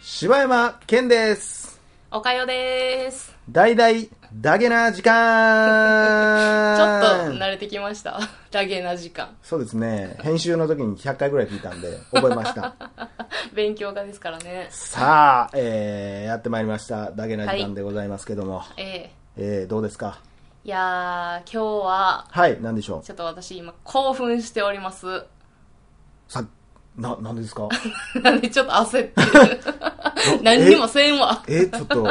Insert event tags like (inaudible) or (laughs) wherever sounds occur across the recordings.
柴山健です。おかよです。大々、ダゲな時間ちょっと慣れてきました。 (laughs) ダゲな時間。 (laughs) そうですね。編集の時に100回ぐらい聞いたんで、覚えま (laughs) した。勉強家ですからね。さあ、えー、やってまいりました。ダゲな時間でございますけども。えええー、どうですかいやー、今日は、はい、なんでしょちょっと私今興奮しております。 (laughs) う。さ、な、なんですかなんでちょっと焦 (laughs) ってる。何にもせんわ。 (laughs) えー、ちょっと、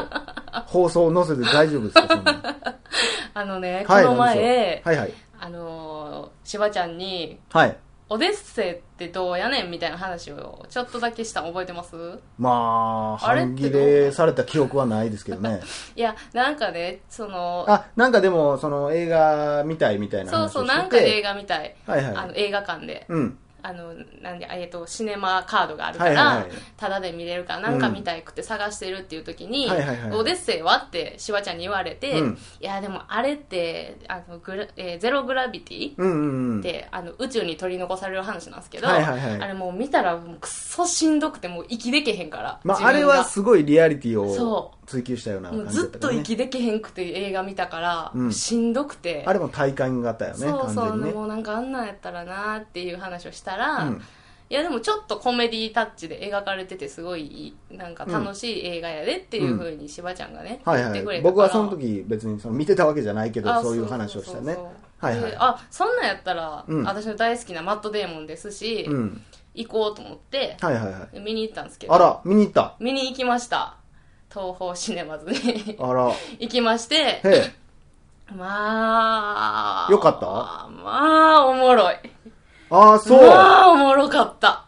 放送載せて大丈夫ですかそんなあのね、 (laughs) こはい、のなんで前しょう、はいはい。あのー、しばちゃんに、はい。オデッセイってどうやねんみたいな話をちょっとだけしたの覚えてますまあ、あれっ半て切どうれされた記憶はないですけどね。いや、なんかね、その、あ、なんかでも、その映画見たいみたいな話そをしててうそう、なんか映画みたい。はいはいあの映画館で。うん。あの、なんで、えっと、シネマカードがあるから、はいはいはいタダで見れるから、なんか見たいくて探してるっていう時に、はいはいはいオデッセイはって、しばちゃんに言われて、うんいや、でもあれって、あのグラえーゼログラビティうんうんうん。っ、て、あの、宇宙に取り残される話なんですけど、はいはいはいあれもう見たら、もうくっそしんどくて、もう息でけへんから。ま自あ、あ分がれはすごいリアリティをそ追求したようなも感うじだずっったかとらね。息でけへんくて映画見たから、うんしんどくて。あれも体感型よね、そうそう、完全にねも。うなんかあんなんやったらなーっていう話をしたら、うんいやでもちょっとコメディタッチで描かれててすごいなんか楽しい映画やでっていうふうにしばちゃんがね、はい言っはてくれい。たから僕はその時別にその見てたわけじゃないけど、あそういう話をしたねそうそう。はいはでい。あそんなんやったら、うん私の大好きなマット・デーモンですし、うん。行こうと思って、はいはいはい。見に行ったんですけどあら、見に行った。見に行きました東宝シネマズ (laughs) にあら、へ行きまして (laughs) え。まあよかったまあおもろいああ、そう。まあおもろかった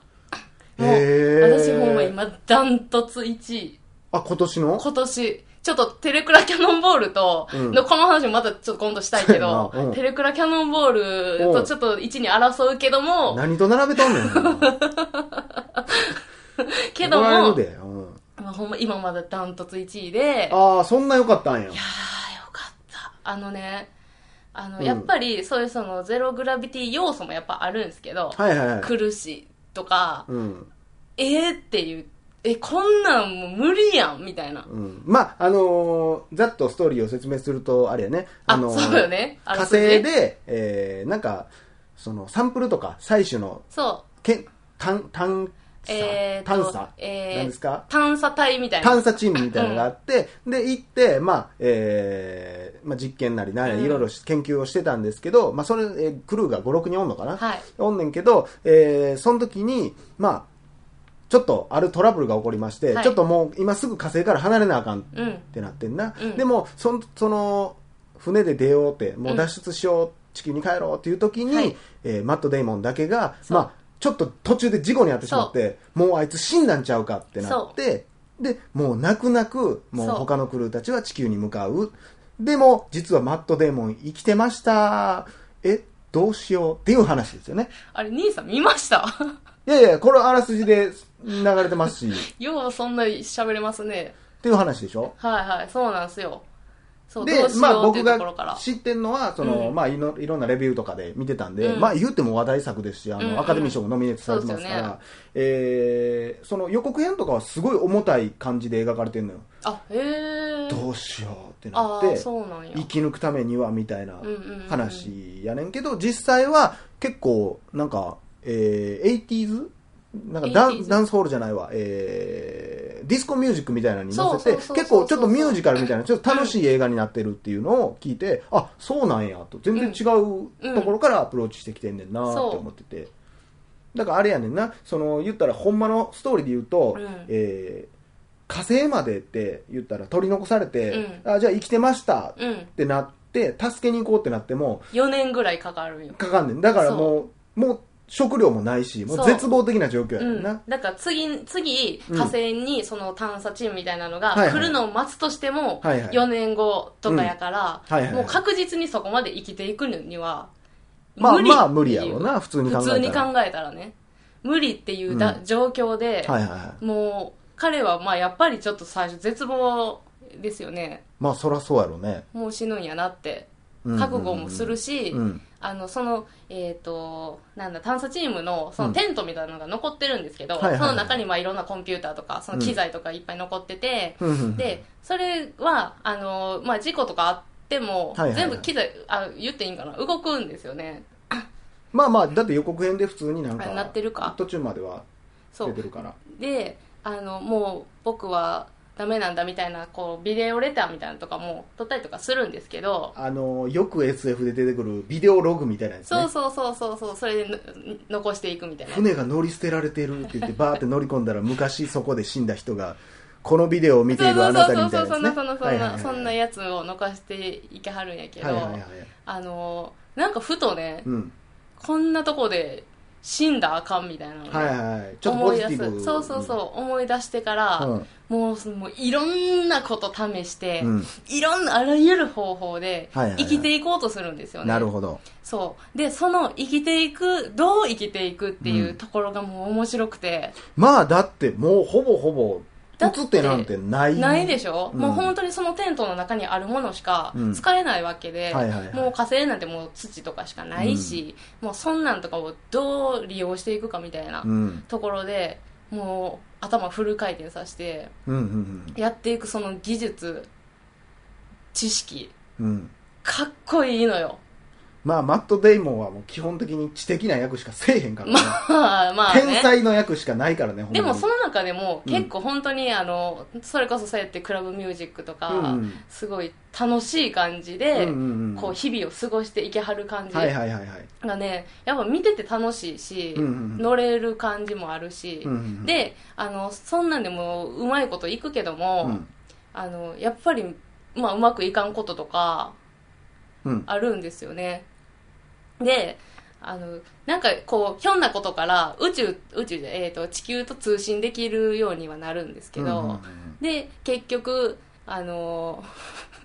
もうへー私ほんま今ダントツ1位あ、今年の今年ちょっとテレクラキャノンボールと、うんのこの話もまたちょっと今度したいけど、そうやなうんテレクラキャノンボールおとうちょっと1に争うけども、何と並べとんねん。 (laughs) けど怒られもる、でうんまあ、ほんま今まだダントツ1位で、あああ、そんな良かったんや。あ、よかった。あのね、あの、うんやっぱりそういうそのゼログラビティ要素もやっぱあるんですけど、はいはいはい。苦しいとか、うん。えーっていう、え、こんなんもう無理やんみたいな。うんまああのーざっとストーリーを説明するとあれやね、あ、のーそうよね。あ火ら星すじで、えー、なんかそのサンプルとか採取のそけん探探査、う。えー、探と査、えなんーですか探査隊みたいな。探査チームみたいなのがあって、で行って、まあえーまあ、実験なりなんやうんいろいろし研究をしてたんですけど、まあ、それ、えークルーが56人おんのかな、はい。おんねんけど、えーその時に、まあ、ちょっとあるトラブルが起こりまして、はいちょっともう今すぐ火星から離れなあかんうん。ってなってんな、うんでもそんその船で出ようってもう脱出しよう、地球に帰ろうっていう時に、はいえーマット・デイモンだけが、そうまあ、ちょっと途中で事故に遭ってしまってもうあいつ死んだんちゃうかってなってでもう泣く泣くもうそう他のクルーたちは地球に向かうでも実はマット・デイモン生きてましたえどうしようっていう話ですよねあれ、兄さん見ましたいやいやこれあらすじで流れてますしっ (laughs) ようそんなに喋れますね。ていう話でしょはいはい、そうなんすよ。そう、でどうしまあ、ようってい僕うところかがら。知ってんのはその、うんまあ、いろいろんなレビューとかで見てたんで、うんまあ、言っても話題作ですしあの、うんうんアカデミー賞もノミネートされてますからそうえーその予告編とかはすごい重たい感じで描かれてるのよ、あ、へえ。どうしようってなあっあ、てそうなんや生。き抜くためにはみたいなうんうんうんうん話やねんけど実際は結構なんか、えー、80s? なんかダン 80s ダンスホールじゃないわ、えーディスコミュージックみたいなのに乗せてそうそうそうそう結構ちょっとミュージカルみたいなちょっと楽しい映画になってるっていうのを聞いてあそうなんやと全然違うところからアプローチしてきてんねんなってそう思っててだからあれやねんなその言ったらほんまのストーリーで言うと、うんえー火星までって言ったら取り残されて、うあじゃあ生きてましたうんっ。てなって助けに行こうってなっても4年ぐらいかかるんよ。かかんねんだからもうもう食料もないしもうそう絶望的な状況やうねんんな、。だから次、次、うん火星にその探査チームみたいなのがはいはい来るのを待つとしても、はいはい4年後とかやから、うんはいはいはいもう確実にそこまで生きていくには、まあ無理まあ無理やろうな普通に考え普たら通に考えたらね。無理っていうだ、うん状況で、はいはいはいもう彼はまあやっぱりちょっと最初絶望ですよねまあそらそうやろうねもう死ぬんやなってうん覚悟もするし、うんあの、その、えっ、と、なんだ、探査チームの、そうのんテントみたいなのが残ってるんですけど、はいはいはいその中にまあいろんなコンピューターとか、その機材とかいっぱい残ってて、うんうんで、それは、あの、まあ事故とかあっても、はいはいはい全部機材、あ、言っていいんかな動くんですよね。まあまあ、だって予告編で普通になんか、あなってるか途中まではそ出うて。るから。であのもう僕はダメなんだみたいなこうビデオレターみたいなのとかも撮ったりとかするんですけど、あの、よく SF で出てくるビデオログみたいなやつね。そうそうそうそうそうそれでの残していくみたいな船が乗り捨てられてるって言って、バーって乗り込んだら、昔そこで死んだ人が、このビデオを見ているあなたにみたいなやそうそうそうそつねんなそんなそはいんはいはないそんなやつを残していけはるんやけど、はいはいはいはい。あのなんかふとね、うん。こんなとこで死んだらあかんみたいなのね、はいはいはい。ちょっとポジティ思い出ブ。すそうそうそう、思い出してかうら、んもうそのもういろんなこと試して、うんいろんなあらゆる方法ではいはい生はいきていこうとするんですよね、なるほど。そうでその生きていくどう生きていくっていううんところがもう面白くて、まあ、だってもうほぼほぼ、だって映ってなんてない。ないでしょ、うんもう本当にそのテントの中にあるものしかうん使えないわけで、はいはいはいもう火星なんてもう土とかしかないし、もうそんなんとかをどう利用していくかみたいなうん。ところで、もう頭フル回転させてうんうんやっていくその技術知識うん。うん。かっこいいのよ (laughs) まあ、マット・デイモンはもう基本的に知的な役しかせえへんからね。まあまあね天才の役しかないからね、ほんまでにもその中でもうん結構本当にあの、それこそそうやってクラブミュージックとか、うんすごい楽しい感じうんで、うんうんこう日々を過ごしていけはる感じはいはいはいはい。がねやっぱ見てて楽しいし、うんうんうん乗れる感じもあるし、うんうんうん、であのそんなんでもうまいこといくけども、うんあのやっぱり、まあ、うまくいかんこととかうんあるんですよねであのなんかこうひょんなことから宇宙宇宙じゃ、えー、と地球と通信できるようにはなるんですけど、うんうんで結局あの (laughs)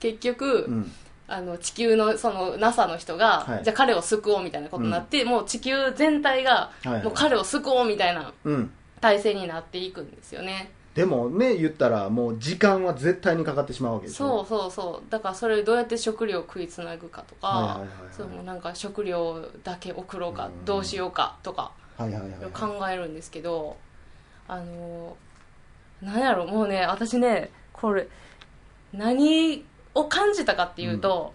結局、うんうんあの地球のその NASA の人が、はいじゃあ彼を救おうみたいなことになって、もう地球全体が、はいはいもう彼を救おうみたいなうん体制になっていくんですよねでもね言ったらもう時間は絶対にかかってしまうわけでしそょうそうそうだからそれをどうやって食料を食いつなぐかとか、はいはいはいはいそうもうなんか食料だけ送ろうかうんどうしようかとかはいはいはいはい考えるんですけどあのなんやろもうね私ねこれ何を感じたかっていうと、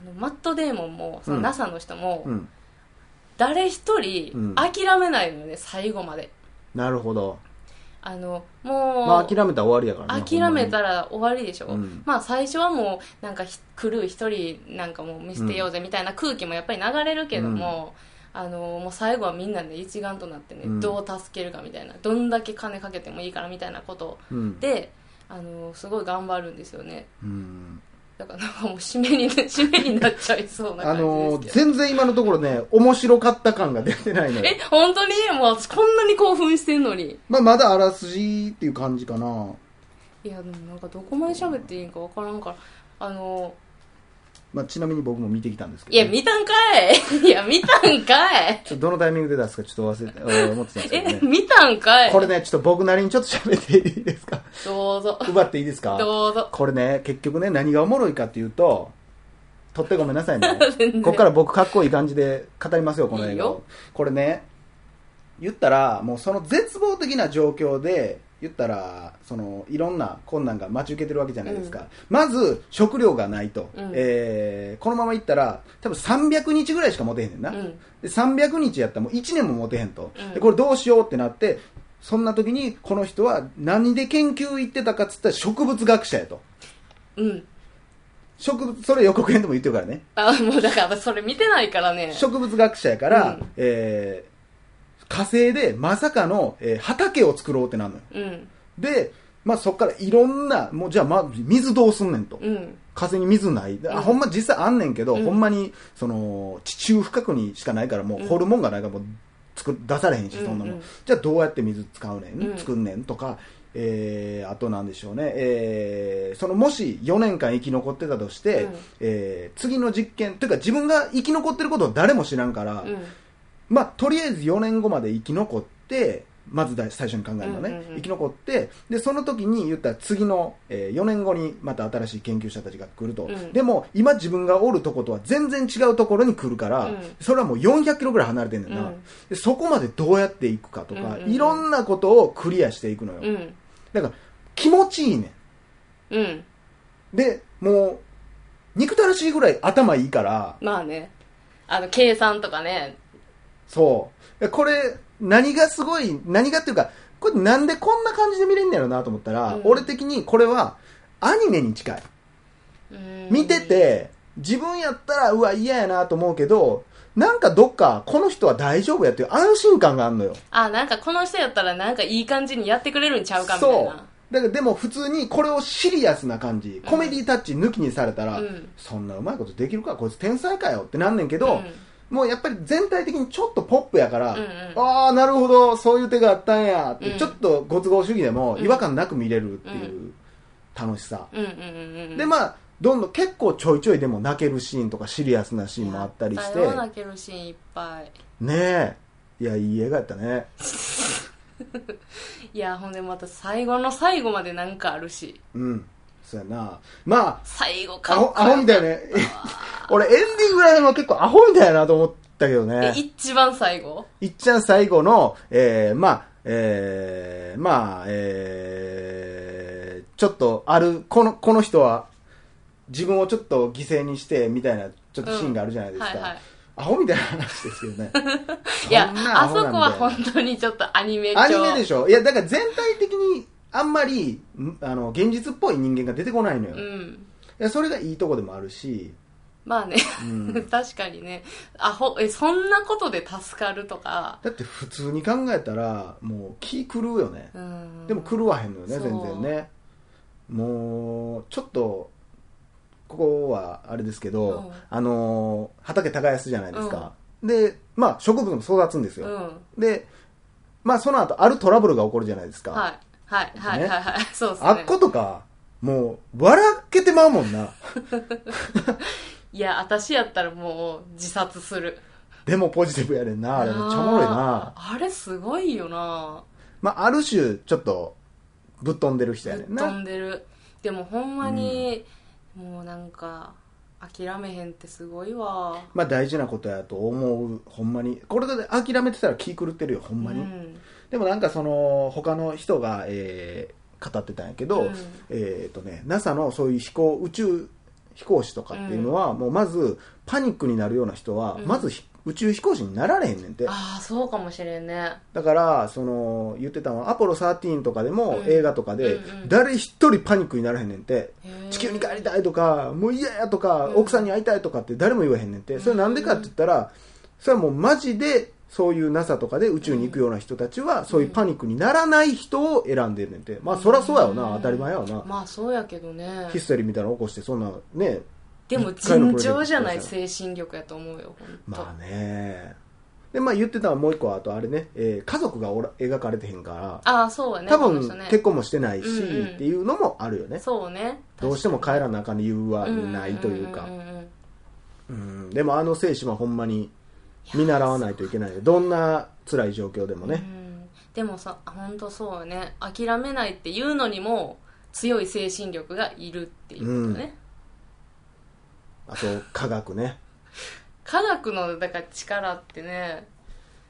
あのマット・デーモンもそのうん NASA の人も、うん誰一人うん諦めないのよね、最後までなるほどあのもう、まあ諦めたら終わりやからね諦めたらら終わりでしょ、うんまあ最初はもうなんかひクルー一人なんかもう見捨てようぜみたいな空気もやっぱり流れるけども、あのもう最後はみんなで一丸となってね、うんどう助けるかみたいなどんだけ金かけてもいいからみたいなことうんであのすごい頑張るんですよねうんだからなんかもう締めに、 (laughs) 締めになっちゃいそうなあ感じでのすけど、全然今のところね面白かった感が出てないのよえ本当にもうこんなに興奮してんのにまあまだあらすじっていう感じかないやでもなんかどこまで喋っていいんかわからんからあのまあちなみに僕も見てきたんですけいどや見たんかい (laughs) いや見たんかいちょっとどのタイミングで出すかちょっと忘れて思ってたんですけえどね見たんかいこれねちょっと僕なりにちょっと喋っていいです (laughs) かどうぞ奪っていいですかどうぞこれね結局ね何がおもろいかっていうと取ってごめんなさい (laughs) ね全然ここから僕かっこいい感じで語りますよこの映いい画をよこれね言ったらもうその絶望的な状況で言ったらそのいろんな困難が待ち受けてるわけじゃないですか、まず食料がないと、うんえーこのままいったら多分300日ぐらいしか持てへんねんな、うんで300日やったらもう1年も持てへんと、うんでこれどうしようってなってそんな時にこの人は何で研究行ってたかっつったら植物学者やとうん植物それ予告編でも言ってるからねあもうだから私それ見てないからね植物学者やから、うんえー火星でまさかの、えー畑を作ろうってなるのようんで、まあ、そこからいろんなもうじゃあ、まあ、水どうすんねんと、うん火星に水ない、あうんほんま実際あんねんけど、うんほんまにその地中深くにしかないからもうホルモンがないからもう作出されへんし、そんなもん、うんうんじゃあどうやって水使うねん、うん作んねんとか、えーあとなんでしょうね、えーそのもし4年間生き残ってたとして、うんえー次の実験というか自分が生き残ってることを誰も知らんから、うんまあとりあえず4年後まで生き残ってまず大最初に考えるのね、うんうんうん生き残ってでその時に言ったら次の、え4年後にまた新しい研究者たちが来ると、うんでも今自分がおるとことは全然違うところに来るから、うんそれはもう400キロぐらい離れてんねんな、うんでそこまでどうやっていくかとか、うんうんうんいろんなことをクリアしていくのよ、うんだから気持ちいいねうんんでもう憎たらしいぐらい頭いいからまあねあの計算とかねそう。これ、何がすごい、何がっていうか、これなんでこんな感じで見れんねやろなと思ったら、うん俺的にこれはアニメに近い。うん見てて、自分やったら、うわ、嫌やなと思うけど、なんかどっか、この人は大丈夫やっていう安心感があるのよ。あなんかこの人やったらなんかいい感じにやってくれるんちゃうかみたいそうな。だからでも普通にこれをシリアスな感じ、コメディタッチ抜きにされたら、うんそんなうまいことできるか、こいつ天才かよってなんねんけど、もうやっぱり全体的にちょっとポップやから、うんうんああ、なるほど、そういう手があったんやって、うんちょっとご都合主義でもうん違和感なく見れるっていう楽しさ。うんうんうんうんうんで、まあ、どんどん結構ちょいちょいでも泣けるシーンとかシリアスなシーンもあったりして、やったよ泣けるシーンいっぱいねえ、いや、いい映画やったね。いやほんでまた最後の最後までなんかあるしうん、そうやな。ま最後あ、アかホ、アホみたいね。 (laughs) 俺、エンディングらへんは結構アホみたいやなと思ったけどねえ。一番最後いっちゃん最後の、えー、まあ、えー、まあ、えー、ちょっとある、この、この人は、自分をちょっと犠牲にして、みたいな、ちょっとシーンがあるじゃないですか。うんはいはいアホみたいな話ですよね。 (laughs) いやんなアあホそなこんだよは本当にちょっとアニメ調アニメでしょいや、だから全体的に、あんまり、んあの、現実っぽい人間が出てこないのよ。ういんやそれがいいとこでもあるし、まあね、 (laughs) 確かにねアホえそんなことで助かるとかだって普通に考えたら、もう気狂うよね。うんでも狂わへんのよね、そう全然ね。もう、ちょっと、ここはあれですけど、うんあのー、畑耕すじゃないですか。で、まあ、植物も育つんですうよ。んで、まあ、その後、あるトラブルが起こるじゃないですか。はいはいはいはいはいそうですねあっことか、もう、笑けてまうもんな。 (laughs) いや私やったらもう自殺するでもポジティブやねんな、あれめっちゃおもろいな。あーあれすごいよなまあ、ある種、ちょっと、ぶっ飛んでる人やねん飛な。んでるでもほんまに、もうなんか諦めへんってすごいわまあ、大事なことやと思う、ほんまに。これで諦めてたら気狂ってるよ、ほんまに。うんでもなんかその他の人が、えー語ってたんやけど、うんえっ、とね NASA のそういう飛行宇宙飛行士とかっていうのは、もうまずパニックになるような人は、うんまずひ宇宙飛行士になられへんねんてああそうかもしれんねだからその言ってたのはアポロ13とかでも、うん映画とかで、うんうん誰一人パニックにならへんねんてへー地球に帰りたいとかもう嫌やとか、うん奥さんに会いたいとかって誰も言わへんねんてそれなんでかって言ったらそれはもうマジでそういう NASA とかで宇宙に行くような人たちはそういうパニックにならない人を選んでんねんてまあそりゃそうやわなうん当たり前やわなまあそうやけどねヒステリーみたいなの起こしてそんなねでも一回のプ尋ロジェクト常じゃないですか精神力やと思うよ本当、まあねでまあ言ってたのはもう一個はあとあれね、えー家族がおら描かれてへんからああそうやね多この分人ね結婚もしてないしっうんうんていうのもあるよねそうねどうしても帰らなあかん理由は確かにないというかんんんうんうんでもあの精神はほんまに見習わないといけないよどんな辛い状況でもうね、んでもさ本当そうよね諦めないっていうのにも強い精神力がいるっていうことね、あと科学ね科学のだから力ってね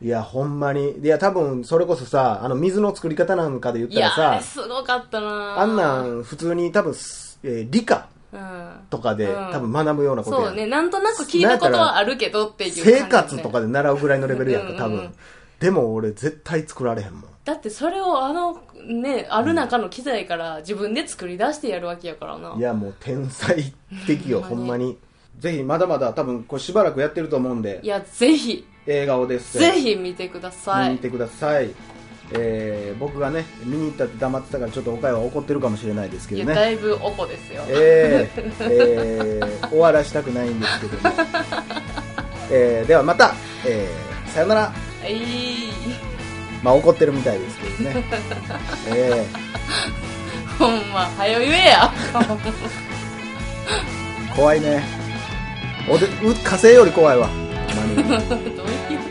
いやほんまにいや多分それこそさあの水の作り方なんかで言っいたらやあされすごかったなあんなん普通に多分、すえー理科うんとかで、うん多分学ぶようなことそや、うんねなんとなく聞いたことはあるけどっていう感じね、生活とかで習うぐらいのレベルやんか多分、うんうんうんでも俺絶対作られへんもんだってそれをあのねある中の機材から自分で作り出してやるわけやからないやもう天才的よほほんんままにぜひまだまだ多分これしばらくやってると思うんでいやぜひ映画をですぜひ見てくださ見に行いってください、えー僕がね見に行ったって黙ってたからちょっとおかえは怒ってるかもしれないですけいどやねだいぶおこですよえーえー終わらしたくないんですけど (laughs) も、えーではまた、えーさよならいいまあ怒ってるみたいですけどね、えほんま早よ言え (laughs) やー怖いねおでう火星より怖いわほんまにどういう